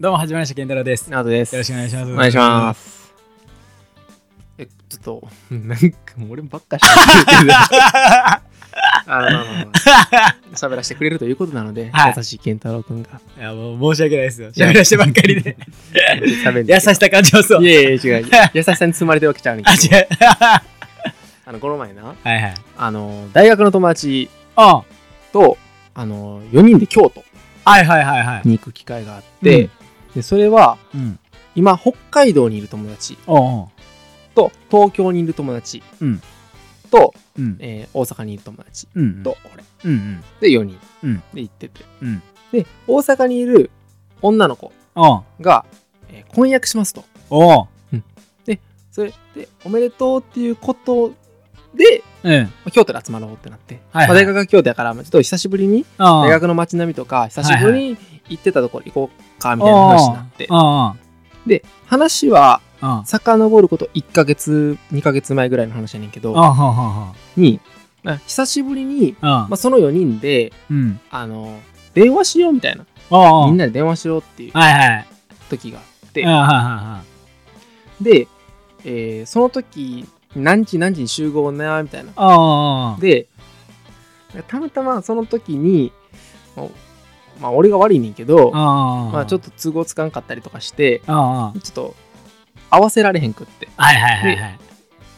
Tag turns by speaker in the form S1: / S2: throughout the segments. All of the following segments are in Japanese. S1: どうも、はじめまして、健太郎です。よ
S2: ナートです。
S1: ろしくお願いします。。
S2: お願いしますす。え、ちょっと、なんかもう俺ばっかしゃべってるけどあのまあまあまあ喋らせてくれるということなので、
S1: はい
S2: 優しい健太郎くんが
S1: いや、もう申し訳ないですよ。喋らしてばっかりで。
S2: 喋るんで
S1: 優
S2: すけ
S1: しさ感じます
S2: ど。いやいや違う。優しさに包まれてるわけちゃうねんけ
S1: あ、
S2: ど
S1: 違う。 は
S2: あの、この前な、
S1: いはい。
S2: あの、大学の友達
S1: あん
S2: と、あの、4人で京都
S1: はいはいはいはい。
S2: に行く機会があっ
S1: う
S2: て、
S1: ん
S2: でそれは、
S1: うん。
S2: 今、北海道にいる友達
S1: おう
S2: と、東京にいる友達
S1: うん
S2: と、
S1: おう。うん。
S2: えー大阪にいる友達
S1: うん。
S2: と、俺。
S1: うんうん。
S2: で4人
S1: うん
S2: で行ってて、
S1: うん
S2: で大阪にいる女の子
S1: おう
S2: が、えー婚約しますと
S1: おう。
S2: それでおめでとうっていうことで、
S1: うん。
S2: まあ、京都で集まろうってなって、
S1: はいはい
S2: まあ大学が京都だからまあちょっと久しぶりに
S1: 大
S2: 大学の街並みとか久しぶりに行ってたところ行こうかみたいな話になって、
S1: おうおう
S2: で話は
S1: おう
S2: 遡ること1ヶ月2ヶ月前ぐらいの話やねんけ
S1: おうお
S2: ど
S1: うおう
S2: にあ久しぶりに、
S1: おう
S2: まあ、その4人で
S1: うん。
S2: あの電話しようみたいな
S1: おうおう
S2: みんなで電話しようっていう
S1: はいはい。
S2: 時があって
S1: うんはいは
S2: で、えーその時何時何時に集合なみたいない
S1: はい。おうおうおう
S2: でたまたまその時にまあまあ俺が悪いねんけど
S1: おうおうおう
S2: まあ、ちょっと都合つかんかったりとかして
S1: おうおう
S2: ちょっと合わせられへんくって
S1: はいはいはいはい。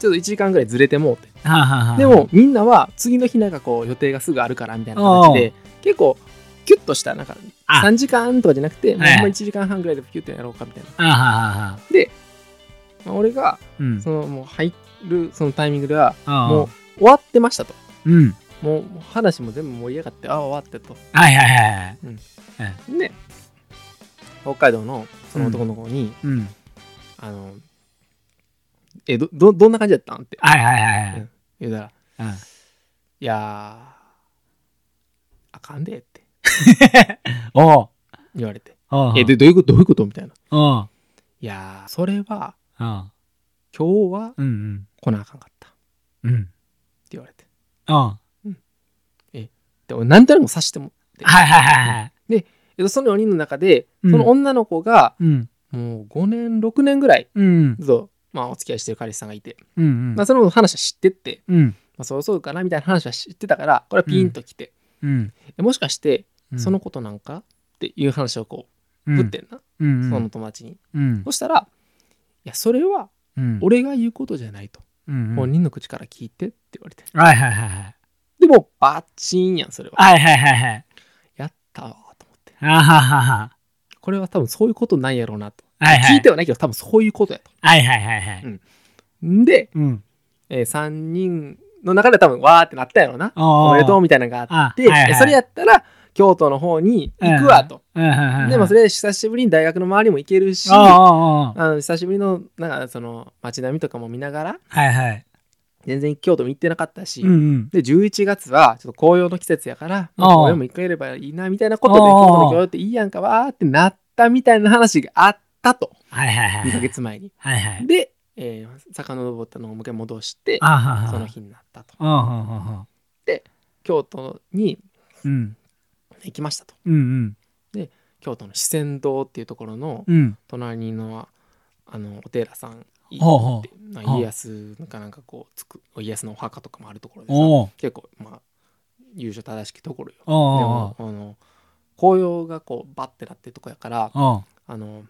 S2: ちょっと1時間ぐらいずれてもうて
S1: はあはあはあ
S2: で、もみんなは次の日なんかこう予定がすぐあるからみたいな形で結構キュッとしたなんか
S1: あ
S2: 3時間とかじゃなくてもう
S1: はい
S2: ほんま1時間半ぐらいでキュッとやろうかみたいな、
S1: あはあはあはあ
S2: まあ、俺が
S1: うん。
S2: そのもう入るそのタイミングではも
S1: も
S2: う終わってましたと。
S1: う、うん。
S2: もうもう話も全部盛り上がって、ああ、終わってと。
S1: はいはいはいはい。
S2: で、北海道のその男の子に、
S1: うん。
S2: あの、え、ど、ど、どんな感じだったんって
S1: はいはいはいはい。
S2: 言うたら、
S1: うん
S2: いやー、あかんでって
S1: おう
S2: 言われて。
S1: おう
S2: え、で、どういうこと、どういうことみたいな。
S1: おう
S2: いやー、それは、
S1: うん
S2: 今日は
S1: うん
S2: 来なあかんかったって
S1: うん
S2: 言われて。
S1: うんはい
S2: で、俺、なんとなく察しても。
S1: はいはいはい
S2: えっとその4人の中で、
S1: うん
S2: その女の子が、
S1: うん
S2: もう5年、6年ぐらい、
S1: うん
S2: ずっと、まあ、お付き合いしてる彼氏さんがいて、
S1: うん
S2: まあ、その話は知ってって、
S1: うん
S2: まあ、そうそうかなみたいな話は知ってたからこれはピンときて、
S1: うん
S2: えもしかして
S1: うん
S2: そのことなんか、っていう話をこ
S1: う
S2: うん振ってんな、
S1: うん
S2: その友達に、
S1: うん
S2: そしたら「いやそれは
S1: うん
S2: 俺が言うことじゃないと」
S1: うん
S2: 本人の口から聞いてって言われて
S1: はいはいはいはい
S2: でもバッチンやんそれは、
S1: はいはいはいはい
S2: やったわと思って
S1: あははは
S2: これは多分そういうことなんやろうなと、
S1: はいはい
S2: 聞いてはないけど多分そういうことやと
S1: はいはいはいはい
S2: んで、
S1: うん
S2: え3人の中で多分わーってなったやろうな
S1: お
S2: おめでとう
S1: う
S2: みたいなのがあって
S1: あはいはい
S2: えそれやったら京都の方に行くわと、
S1: うんうんうん
S2: でもそ
S1: れ
S2: れで久しぶりに大学の周りも行けるし、
S1: おう
S2: あ
S1: おうおう
S2: の久しぶりのなんかその街並みとかも見ながら、
S1: はいはい
S2: 全然京都も行ってなかったし、
S1: うんうん
S2: で11月はちょっと紅葉の季節やから、まあ
S1: ああ
S2: 紅葉も行ければいいなみたいなことで、
S1: ああ
S2: 京都の紅葉っていいやんかわーってなったみたいな話があったと、
S1: はいはいはい
S2: 2ヶ月前に。
S1: はいはい
S2: で、えー、遡ったのをもう一回戻して、
S1: あはは
S2: その日になったと。
S1: うんうんうんうん
S2: 京都に
S1: うん
S2: 行きましたと。
S1: うん
S2: 京都の四川堂っていうところの
S1: うんうん
S2: 隣のあのお寺さん行
S1: ほうほ
S2: ってまあ
S1: ほう
S2: 家康がなんかこうつく家康のお墓とかもあるところでさ
S1: おう
S2: 結構まあ優勝正しきところよ。で
S1: おうおう
S2: もあの紅葉がこうバッてなってるとこやから
S1: おう
S2: あの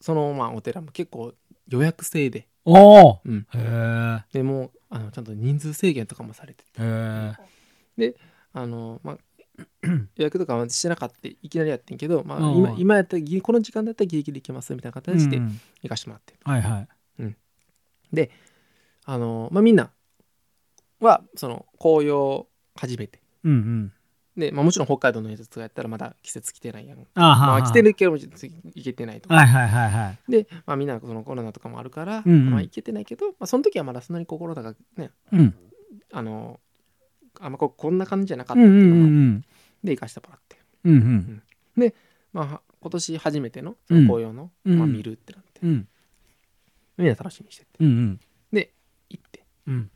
S2: そのまあお寺も結構予約制で
S1: おお、
S2: うん
S1: へえ
S2: でもうあのちゃんと人数制限とかもされてて
S1: へえ
S2: あの、まあ、 予約とかはしてなかったいきなりやってんけど、まあ、
S1: うん
S2: 今今やったらギリこの時間だったらギリギリ行けますみたいな形で
S1: うんうん
S2: 行かしてもらって。
S1: はいはい
S2: あのまあ、みんなはその紅葉初めて
S1: うんうん
S2: で、まあ、もちろん北海道のやつとかやったらまだ季節来てないやん、
S1: あは
S2: ま
S1: は
S2: あ、来てるけど行けてないとか、
S1: はいはいはいはい
S2: で、まあ、みんなそのコロナとかもあるから、
S1: うんうん
S2: まあ、行けてないけど、まあ、その時はまだそんなに心だがね
S1: うん
S2: あのあんまここんな感じじゃなかっ
S1: うん
S2: たって
S1: う
S2: いうのが、
S1: ん
S2: で行かしてもらって、
S1: うんうん
S2: まあ、は今年初めてのそ
S1: うん
S2: の紅葉の、
S1: うん
S2: まあ、見るってなって、
S1: うんうん
S2: みんな楽しみにしてて
S1: うん
S2: 行って
S1: うん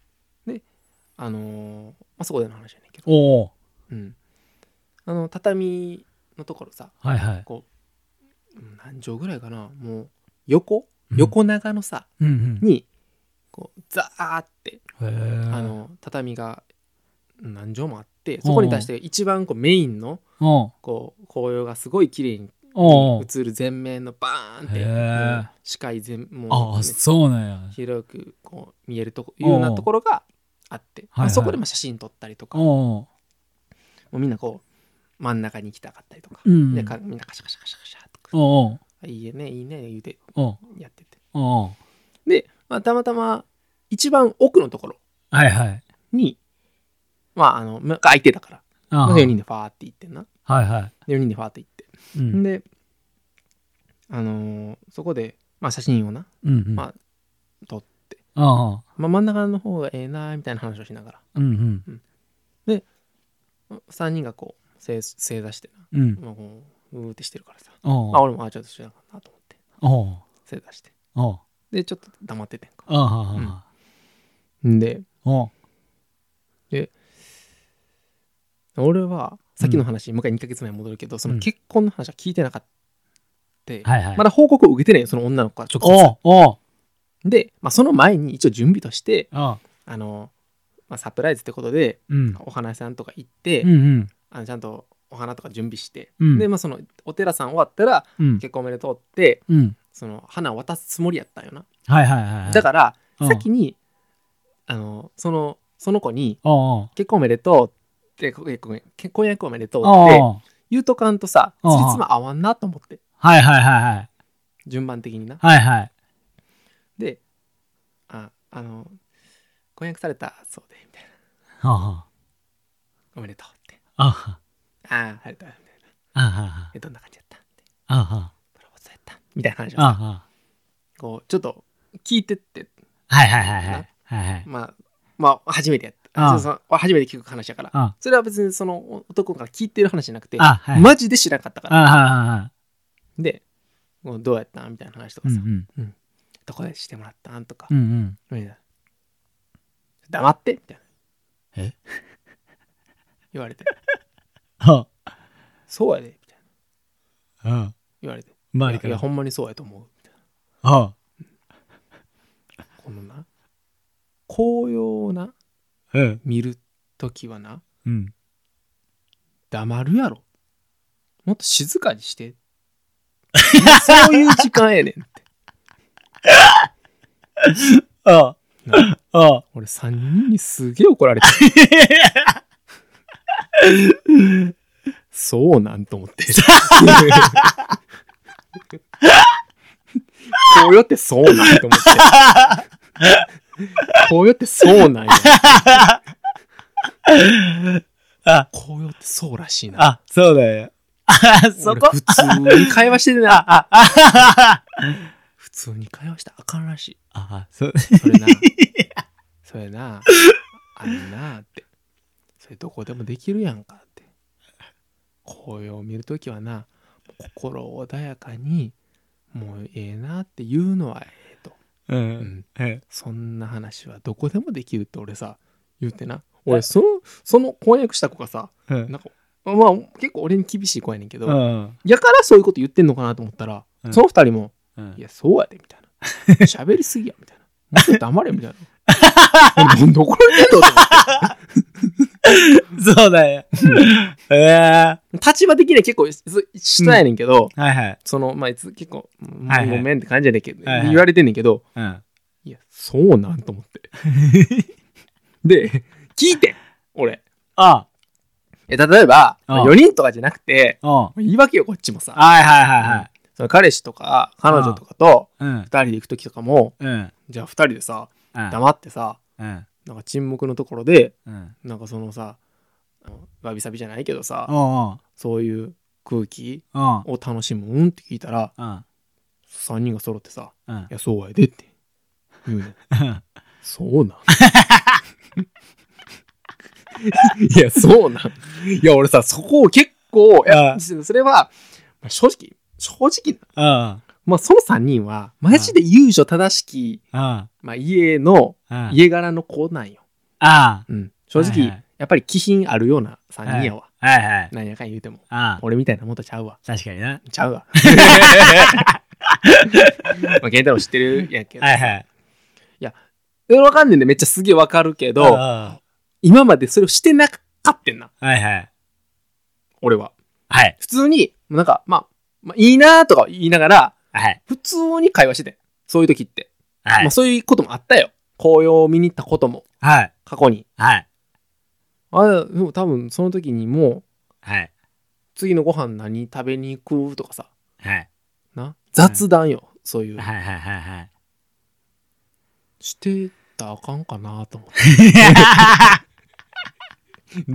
S2: あのーまあ、そこでの話やねんけど、
S1: おお
S2: うん、あの畳のところさ
S1: はいはい
S2: こううん何畳ぐらいかなもう横
S1: うん
S2: 横長のさ、
S1: うん
S2: にこうザーって
S1: うん。へー
S2: あ、の畳が何畳もあってそこに対して一番こうメインの
S1: おう
S2: こう紅葉がすごい綺麗に
S1: おう
S2: 映る全面のバーンっ
S1: へ
S2: て
S1: ー
S2: もう視界全もう
S1: ああ、
S2: ね
S1: そうなんや。
S2: 広くこう見えるとこいうようなところがあって
S1: はいはい
S2: まあそこでまあ写真撮ったりとか
S1: お
S2: も
S1: う
S2: うみんなこう真ん中に行きたかったりとか
S1: うん。
S2: でかみんなカシャカシャカシャカシャとか
S1: おう
S2: いいねいいね言うて
S1: おう
S2: やってて
S1: おう
S2: で、まあ、たまたま一番奥のところ
S1: はいはい。
S2: にまああのまあ空いてたから
S1: ああ
S2: 4人でファーって行ってんな
S1: はいは
S2: 4人でファーって行って
S1: い。うん。
S2: であのーそこで、まあ、写真をな、
S1: うんうん。
S2: まあ撮って、
S1: ああ。
S2: まあ、真ん中の方がええなみたいな話をしなが
S1: うん
S2: ら3人がこう正正座して
S1: うん。うん。
S2: な、まあ、こううーってしてるからさ、
S1: お
S2: あ
S1: う
S2: 俺もあちょっとしなかったなと思って
S1: おう
S2: 正座して
S1: おう
S2: でちょっと黙っててんか
S1: ああ。
S2: で
S1: おう
S2: 俺はさっきの話、もう一回2ヶ月前に戻るけどその結婚の話は聞いてなかった、
S1: はいはい。
S2: まだ報告を受けてないよその女の子から直
S1: おうおう
S2: 接で、まあ、その前に一応準備として
S1: ああ。
S2: あの、まあ、サプライズってことで
S1: うん。
S2: お花屋さんとか行って、
S1: うんうん。
S2: あのちゃんとお花とか準備して、
S1: うん
S2: で、まあ、そのお寺さん終わったら
S1: うん。
S2: 結婚おめでとうって
S1: うん。
S2: その花を渡すつもりやったんよな、
S1: はいはいはい。
S2: だから、
S1: うん
S2: 先にあのそのその子に
S1: ら、おう
S2: 「結婚おめでとう」ってごめんごめん結婚約おめでとう
S1: おう
S2: って
S1: おう
S2: 言うとかんとさつ
S1: うん
S2: じつま合わんなと思って
S1: はいはいはいはい。
S2: 順番的にな
S1: はいはい。
S2: でああの婚約されたそうでみたいな
S1: おう
S2: おめでとうって
S1: ああ。
S2: ああありがとうみたいな
S1: あ
S2: えどんな感じやったって
S1: あ。あ
S2: プロポーズやったみたいな話をさ
S1: あ。
S2: こうちょっと聞いてって
S1: はいはいはいはい。はいはい。
S2: まあまあ初めてやった
S1: ああ
S2: そうそう初めて聞く話だから
S1: あ
S2: それは別にその男から聞いてる話じゃなくて
S1: あ、はい。
S2: マジで知らなかったから
S1: あ
S2: でもうどうやったんみたいな話と
S1: あ。う
S2: か
S1: んう
S2: さ、
S1: ん。
S2: どこでしてもらったんとか
S1: う、んうん。
S2: みたいな黙ってみたいな
S1: え
S2: 言われて
S1: あ
S2: そうやでみたいな
S1: あ。
S2: 言われて
S1: 周り
S2: いや
S1: か
S2: いや
S1: ら。
S2: ほんまにそうやと思うみたい
S1: あ
S2: なこのな紅葉をな
S1: うん。
S2: 見るときはな
S1: うん。
S2: 黙るやろもっと静かにして そういう時間やねんって
S1: あ
S2: な
S1: あ。
S2: 俺3人にすげえ怒られてそうなんと思って紅葉ってそうなんと思って紅葉ってそうなんや
S1: あ、
S2: 紅葉ってそうらしいな
S1: あ、そうだよ。あ、そ
S2: 俺
S1: こ
S2: 普通に会話してるな
S1: あ、あ、
S2: 普通に会話したらあかんらしい
S1: あ、そう。
S2: そ れなそれなあれなってそれどこでもできるやんかって紅葉を見るときはな心穏やかにもうええなって言うのはええと
S1: う。
S2: うんん
S1: うん。
S2: そんな話はどこでもできるって俺さ言ってな俺そのその婚約した子がさ
S1: うん。
S2: なんかまあ結構俺に厳しい子やねんけど、
S1: うん。
S2: やからそういうこと言ってんのかなと思ったら、
S1: うん
S2: その二人も
S1: うん
S2: いや、そうやで、みたい な。喋りすぎや、みたいな。もうちょっと黙れ、みたい な。なんで怒られてんのと思っ
S1: そうだよ。ええ。
S2: て 立場的には結構す下やねんけど、
S1: はいはい。
S2: その、まあ、いつ結構、うん
S1: はいはい
S2: ごめんって感じやねんけど、
S1: はいはい
S2: 言われてんねんけど、
S1: うん。
S2: いや、そうなんと思って。 で、聞いてん俺。
S1: あ、
S2: え例えば、
S1: うん
S2: 4人とかじゃなくて、
S1: うん。は
S2: 言い訳よ、こっちも
S1: い
S2: さ。
S1: はいはいはい。
S2: その彼氏とか、彼女とかと、
S1: うん。
S2: 2人で行く時とかも、
S1: うん。
S2: じゃあ2人でさ、
S1: うん。
S2: 黙ってさ、
S1: うん。
S2: なんか沈黙のところで、
S1: うん。
S2: なんかそのさあのわびさびじゃないけどさ
S1: うん。
S2: そういう空気
S1: うん。
S2: を楽しむうんって聞いたら
S1: うん。
S2: 3人が揃ってさ
S1: う
S2: 「
S1: ん
S2: い。やそうやで」って言う ねんそうなん いやそうなんいや俺さそこを結構いや
S1: うん
S2: それはまあ正直正直な
S1: うん。
S2: まあその3人はマジで遊女正しき、
S1: うん。
S2: まあ、家の
S1: うん。
S2: 家柄の子なんよ、
S1: あ
S2: うん、正直、
S1: はいはい
S2: やっぱり気品あるような3人やわ、
S1: あ。はいはい。
S2: なんやかん言うても
S1: ああ、
S2: 俺みたいなもんとちゃうわ
S1: 確かにな。
S2: ちゃうわ まあ健太郎知ってるやんけど
S1: はいはい。
S2: それわかんねんでめっちゃすげえわかるけ
S1: あ
S2: ど今までそれをしてなかったんな
S1: あはいはい。
S2: 俺は
S1: はい。
S2: 普通になんかまあまあいいなーとか言いながら
S1: はい。
S2: 普通に会話しててそういう時って、
S1: は
S2: ま
S1: い
S2: あ、。そういうこともあったよ紅葉を見に行ったことも
S1: はい。
S2: 過去に
S1: はい。
S2: あでも多分その時にもう
S1: はい。
S2: 次のご飯何食べに行くとかさ
S1: はい。
S2: な雑談よ、そういう
S1: はいはいはいはい。
S2: してたらあかんかなと思って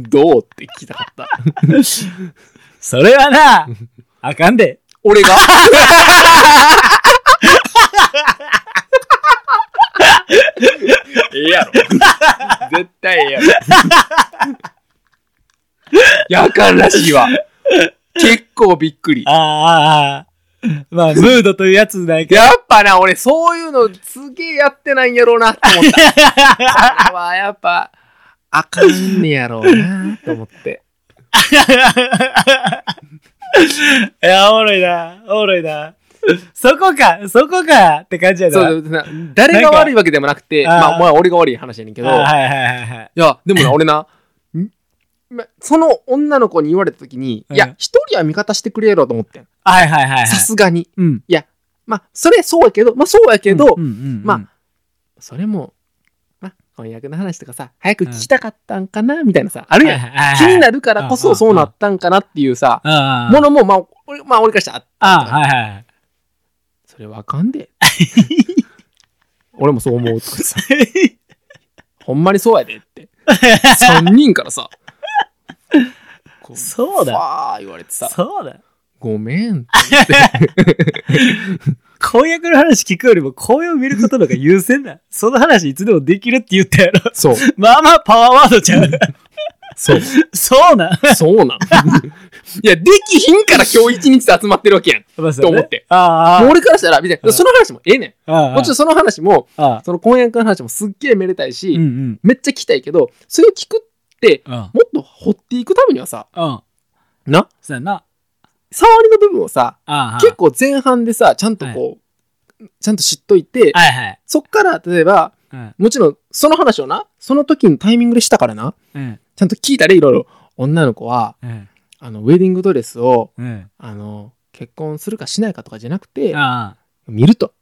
S2: どうって聞きたかった
S1: それはな、あかんで。
S2: 俺がええやろ絶対ええやろやあかんらしいわ結構びっくり
S1: ああああ、まあ、ムードというやつだけど。
S2: やっぱな、俺、そういうのすげえやってないんやろうなって思った。 これはやっぱ、あかんねやろうなと思って。
S1: いや、おもろいな。おもろいな。そこか、そこかって感じやな。
S2: そうな誰が悪いわけでもなくて、
S1: なんか
S2: まあ、まあ、俺が悪い話やねんけど、
S1: あ
S2: い
S1: はいはいはいはい。
S2: や、でも な、俺な、んまその女の子に言われた時に、
S1: うん
S2: いや、一人は味方してくれろと思ってん
S1: はいはいはいはい。
S2: さすがに。
S1: うん。
S2: まあ、それそうやけど、まあ、そうやけど、
S1: うんうんうんうん
S2: まあ、それも、まあ、婚約の話とかさ、早く聞きたかったんかな、みたいなさ、あるやん。気にな
S1: る
S2: るからこそそうなったんかなっていうさ、
S1: ああ
S2: ものも、まあ、俺、まあ、俺からしたらあった。
S1: ああはいはい。
S2: それわかん で。俺もそう思うとかさ、ほんまにそうやで って。3人からさ、こ
S1: そうだ
S2: わー言われてさ、
S1: そうだ。
S2: ごめん。
S1: 婚約の話聞くよりも紅葉を見ることの方が優先だ。その話いつでもできるって言ったやろ。
S2: そう、
S1: まあまあパワーワードちゃう。
S2: そう、
S1: そう なん。
S2: そうなん。いや、できひんから今日一日で集まってるわけやん。
S1: まあ
S2: と思って。
S1: ああ
S2: もう俺からしたら、みたいな、その話もええね
S1: ああ。
S2: ん。もちろん
S1: ん。
S2: その話も、
S1: ああ。
S2: その婚約の話もすっげえめでたいし、
S1: うんうん。
S2: めっちゃ聞きたいけど、それを聞くって、
S1: うん。うん。
S2: もっと掘っていくためにはさ、な、
S1: そうやな。
S2: 触りの部分をさ、
S1: ああ。
S2: 結構前半でさ、ちゃんとこう、ちゃんと知っといて、
S1: はいはい。
S2: そっから、例えば、
S1: うん。
S2: もちろん、その話をな、その時のタイミングでしたからな、
S1: うん。
S2: ちゃんと聞いたり、いろいろ、女の子は、
S1: うん。
S2: あの、ウェディングドレスを、
S1: うん。
S2: あの、結婚するかしないかとかじゃなくて、
S1: あ
S2: 見ると、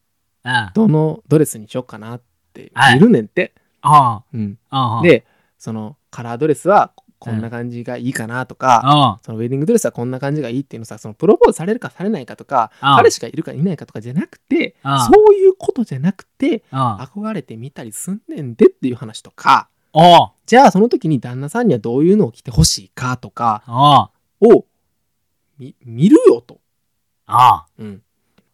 S1: あ。あ
S2: どのドレスにしようかなって
S1: はい
S2: 見るねんって。
S1: あ。
S2: うん。
S1: ああ。、
S2: で、その、カラードレスは、こんな感じがいいかなとか、
S1: あ
S2: そのウェディングドレスはこんな感じがいいっていうのさそのプロポーズされるかされないかとか
S1: あ。
S2: 彼氏がいるかいないかとかじゃなくて
S1: ああ
S2: そういうことじゃなくて
S1: あ
S2: 憧れてみたりすんねんでっていう話とか
S1: あ。あ
S2: じゃあその時に旦那さんにはどういうのを着てほしいかとか
S1: あ。
S2: をみ見るよと、
S1: あ
S2: うん、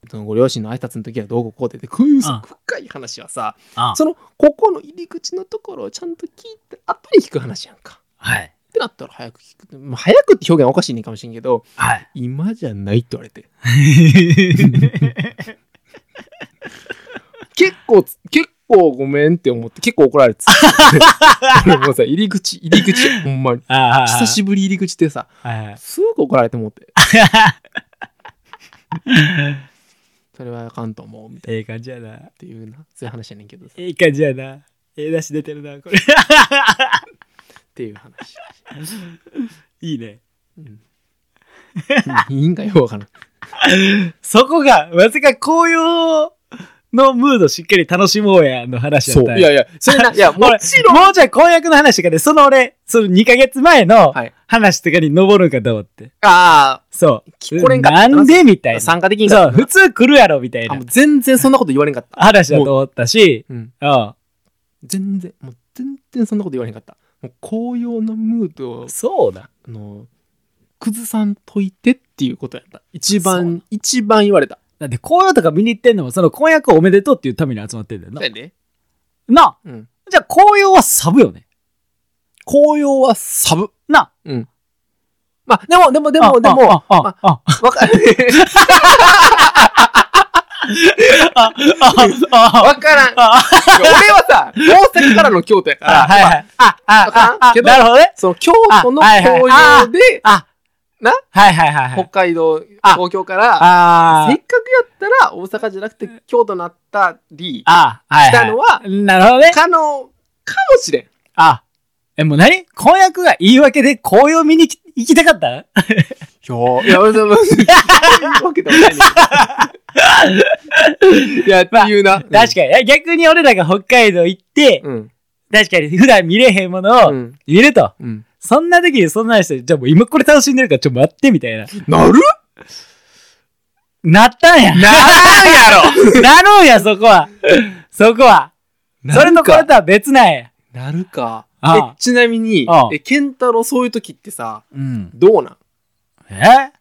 S2: そのご両親の挨拶の時はどうこうこうってってこういうさ深い話はさ
S1: あ。
S2: そのここの入り口のところをちゃんと聞いて後に聞く話やんか。
S1: はい。
S2: ってなったら早く聞く、まあ、早くって表現はおかしいねんかもしれんけど
S1: はい。
S2: 今じゃないって言われて。結構つ、結構ごめんって思って、結構怒ら れてた。俺もうさ、入り口、入り口、ほんまに。
S1: ああ。
S2: 久しぶり入り口でさ、
S1: はい。
S2: すぐ怒られてもって。 それはあかんと思う、みたいな。
S1: ええ感じやな
S2: っ。ていうな、そういう話やねんけどさ。っ
S1: ええ感じやな。ええ出し出てるな、これ。
S2: ていう話。
S1: いいね。
S2: うん、いいんかよ、わからん。
S1: そこが、まさか紅葉のムードしっかり楽しもうやの話だ
S2: そ
S1: ったん
S2: う。いやいや、それな、いや、も
S1: 俺
S2: ちろん。
S1: もうじゃあ婚約の話とかで、その俺、その2ヶ月前の
S2: はい
S1: 話とかに登るんかと思って。
S2: あ
S1: そう。
S2: これんかった
S1: な
S2: なん
S1: でみたい
S2: あ、
S1: な。
S2: 参加できんか
S1: そ
S2: った
S1: う、
S2: な
S1: 普通来るやろみたい
S2: あ
S1: な
S2: もう全然そんなこと言われんかった。
S1: 話だと思ったし、
S2: うん。
S1: うん。
S2: 全然、もう全然そんなこと言われんかった。もう紅葉のムードを
S1: そうだ。
S2: あの、崩さんといてっていうことやった。一
S1: そう
S2: 番、一番言われた。
S1: だって紅葉とか見に行ってんのも、その婚約おめでとうっていうために集まってんだよな。
S2: で
S1: なあ
S2: うん。
S1: じゃあ紅葉はサブよね。
S2: 紅葉はサブ。
S1: な
S2: うん。まあ、でも、でも、で
S1: で
S2: も、でも、
S1: あ、あ、あ、あ、
S2: わかる。
S1: あ、あ、あ、
S2: わからん。俺
S1: あ、
S2: はさ、大阪からの京都やから、
S1: あ、はいはい。あ、あ、あ、あ、なるほどね。
S2: その京都の
S1: あはいはい
S2: 紅葉で、
S1: あ、
S2: な
S1: はいはいはいは
S2: 北
S1: い。
S2: 海道、
S1: あ
S2: 東京から、
S1: あ
S2: せ
S1: ー
S2: っかくやったら大阪じゃなくて京都になったり
S1: あ、はいはい。
S2: したのは、
S1: なるほどね。
S2: 可能かもしれん。
S1: あ、え、もう何婚約が言い訳で紅葉見にき行きたかった
S2: いや、俺も、そういうわけでもないねんけどいや、っていうな。
S1: 確かに。いや逆に俺らが北海道行って、
S2: うん。
S1: 確かに普段見れへんもの
S2: う
S1: を
S2: ん。
S1: 見ると。
S2: うん。
S1: そんな時にそんな人、じゃあもう今これ楽しんでるからちょっと待ってみたいな。
S2: なる
S1: なったんや。な
S2: なんや ろ
S1: なるんや、そこは。そこは。それとこれとは別なんや。
S2: なるか。
S1: ああ
S2: えちなみに
S1: ああ、
S2: え、ケンタロウそういう時ってさ、
S1: うん。
S2: どうなん
S1: え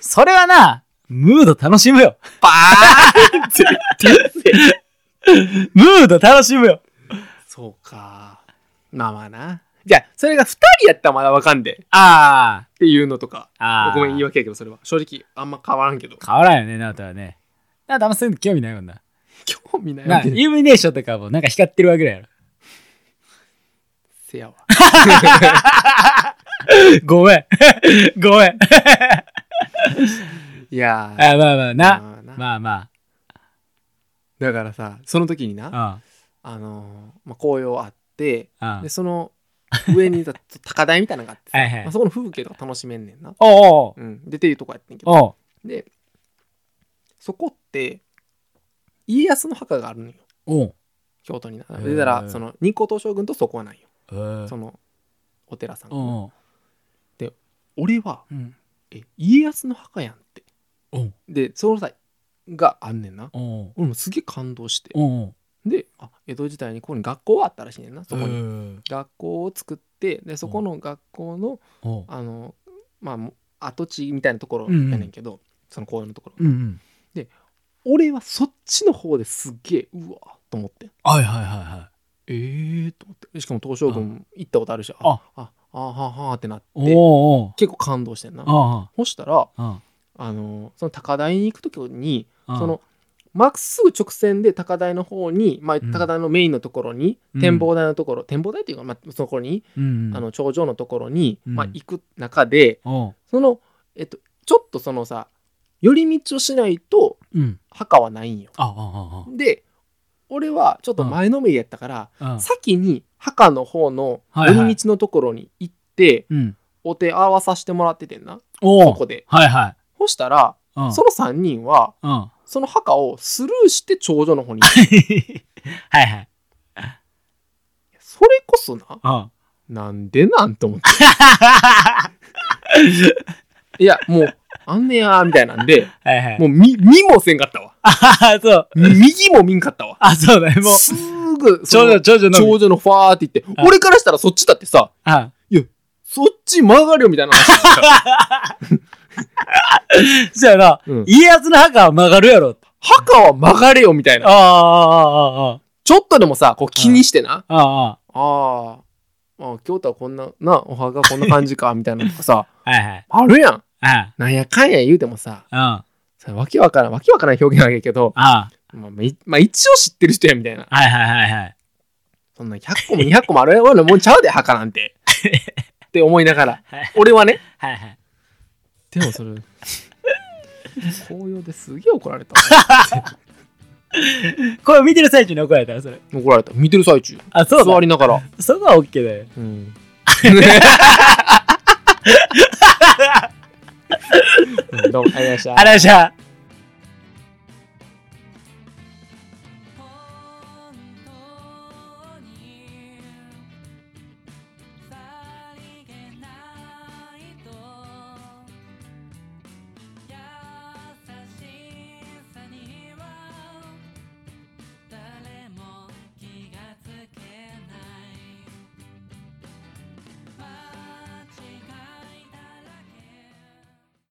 S1: それはな、ムード楽しむよ。
S2: バーンって
S1: ムード楽しむよ。
S2: そうか。まあまあな。じゃあ、それが2人やったらまだわかんで。
S1: あ
S2: っていうのとか。
S1: あ。ああ。
S2: ごめん、言い訳やけど、それは。正直、あんま変わらんけど。
S1: 変わらんよね、ナオトはね。ナオトあんまそういうの興味ないもんな。
S2: 興味ない
S1: な
S2: わ
S1: あ
S2: け
S1: イ
S2: で
S1: ルミネーションとかもなんか光ってるわけだよ。
S2: せやわ。
S1: ごめん。 ごめん。
S2: いやー
S1: あまあまあな。
S2: まあな
S1: まあま
S2: だからさ、その時にな、
S1: あ。
S2: あのーまあ、紅葉あって、
S1: うん。うん
S2: で、。その上にだ高台みたいなのがあって さ
S1: はいはい
S2: まあ、そこの風景とか楽しめんねんな。
S1: おう
S2: うん。で、っていうとこやってんけど。
S1: おうおう
S2: で、そこって、家康の墓があるのよ。
S1: おう
S2: 京都にな。
S1: へ
S2: で、
S1: ー
S2: だから、その、日光東照宮とそこはないよ。
S1: えー
S2: その、お寺さんが。
S1: おう
S2: 俺は、
S1: うん。
S2: え、家康の墓やんって。
S1: おう
S2: で、その際があんねんな。
S1: おう
S2: 俺もすげえ感動して。
S1: おう
S2: で、あ、江戸時代にここに学校があったらしいねんな、そこに。
S1: に。
S2: 学校を作ってでそこの学校の,、
S1: おう
S2: あのまあも跡地みたいなところ
S1: うんうん
S2: やねんけど、その公園のところ、
S1: うんうん。
S2: 俺はそっちの方ですっげえうわと思って
S1: はいはいはいはい。
S2: ええー、と思ってしかも東照宮行ったことあるし
S1: あ
S2: ああはははってなっ
S1: お
S2: て
S1: おお
S2: 結構感動してんな
S1: あ
S2: そしたら
S1: あ。あ
S2: あのその高台に行く時に
S1: あ。
S2: そのまっすぐ直線で高台の方に、まあ、
S1: ん
S2: 高台のメインのところに、
S1: うん
S2: 展望台のところ展望台というか、まあ、そこに、
S1: うんうん。
S2: あの頂上のところに、
S1: うん
S2: まあ、行く中で、
S1: おう。
S2: その、えっと、ちょっとそのさ、寄り道をしないと
S1: うん。
S2: 墓はないんよ。
S1: ああ
S2: で、俺はちょっと前のめりやったから、
S1: あああ。
S2: 先に墓の方の
S1: はいは
S2: 寄
S1: い
S2: り道のところに行って、
S1: うん。
S2: お手合わさせてもらっててんな、
S1: お
S2: そ
S1: お
S2: こ。で。
S1: はいはい。
S2: そしたら、
S1: うん
S2: その3人は、
S1: うん。 は
S2: その墓をスルーして頂上の方に行っ
S1: いはい。
S2: てそれこそな、
S1: うん。
S2: なんでなんて 思って。いや、もう、あんねやーみたいなんで、
S1: はいはい。
S2: もう見、見もせんかったわ。
S1: あ、そう。
S2: 右も見んかったわ。
S1: あ、そうだね。もう、
S2: すーぐ、
S1: 長女、長女の。
S2: 長女のファーって言って、
S1: あ
S2: 俺からしたらそっちだってさ、
S1: あ
S2: そっち曲がるよみたいな話だから
S1: そうやな。
S2: うん
S1: 家康の墓は曲がるやろ。
S2: 墓は曲がれよみたい
S1: ああ、
S2: な。
S1: ああ、あ
S2: ちょっとでもさ、こう気にしてな。
S1: あ、あ
S2: あーあ、京都はこんな、な、お墓こんな感じか、みたいなのとかさ、
S1: あ。はいはい。
S2: あるやん。
S1: あ
S2: なんやかんや言うてもさ、
S1: あ、
S2: さわけわからん、わけわからん表現あげるけど、
S1: あ
S2: まあ、まあいまあ一応知ってる人や、みたいな。
S1: あ、はいはいはいはい。
S2: そんな100個も200個もあ るようなもんちゃうで、墓なんて。って思いながら
S1: はい、
S2: 俺はね、
S1: はいはい。
S2: でもそれ 紅葉ですげえ怒られた
S1: これ見てる最中に怒られたら、それ。
S2: 怒られた見てる最中
S1: あ、そう
S2: 座
S1: だ。
S2: りながら、
S1: そこはオッケーだよ。
S2: うん、どうもありがとうございました
S1: あらっしゃ。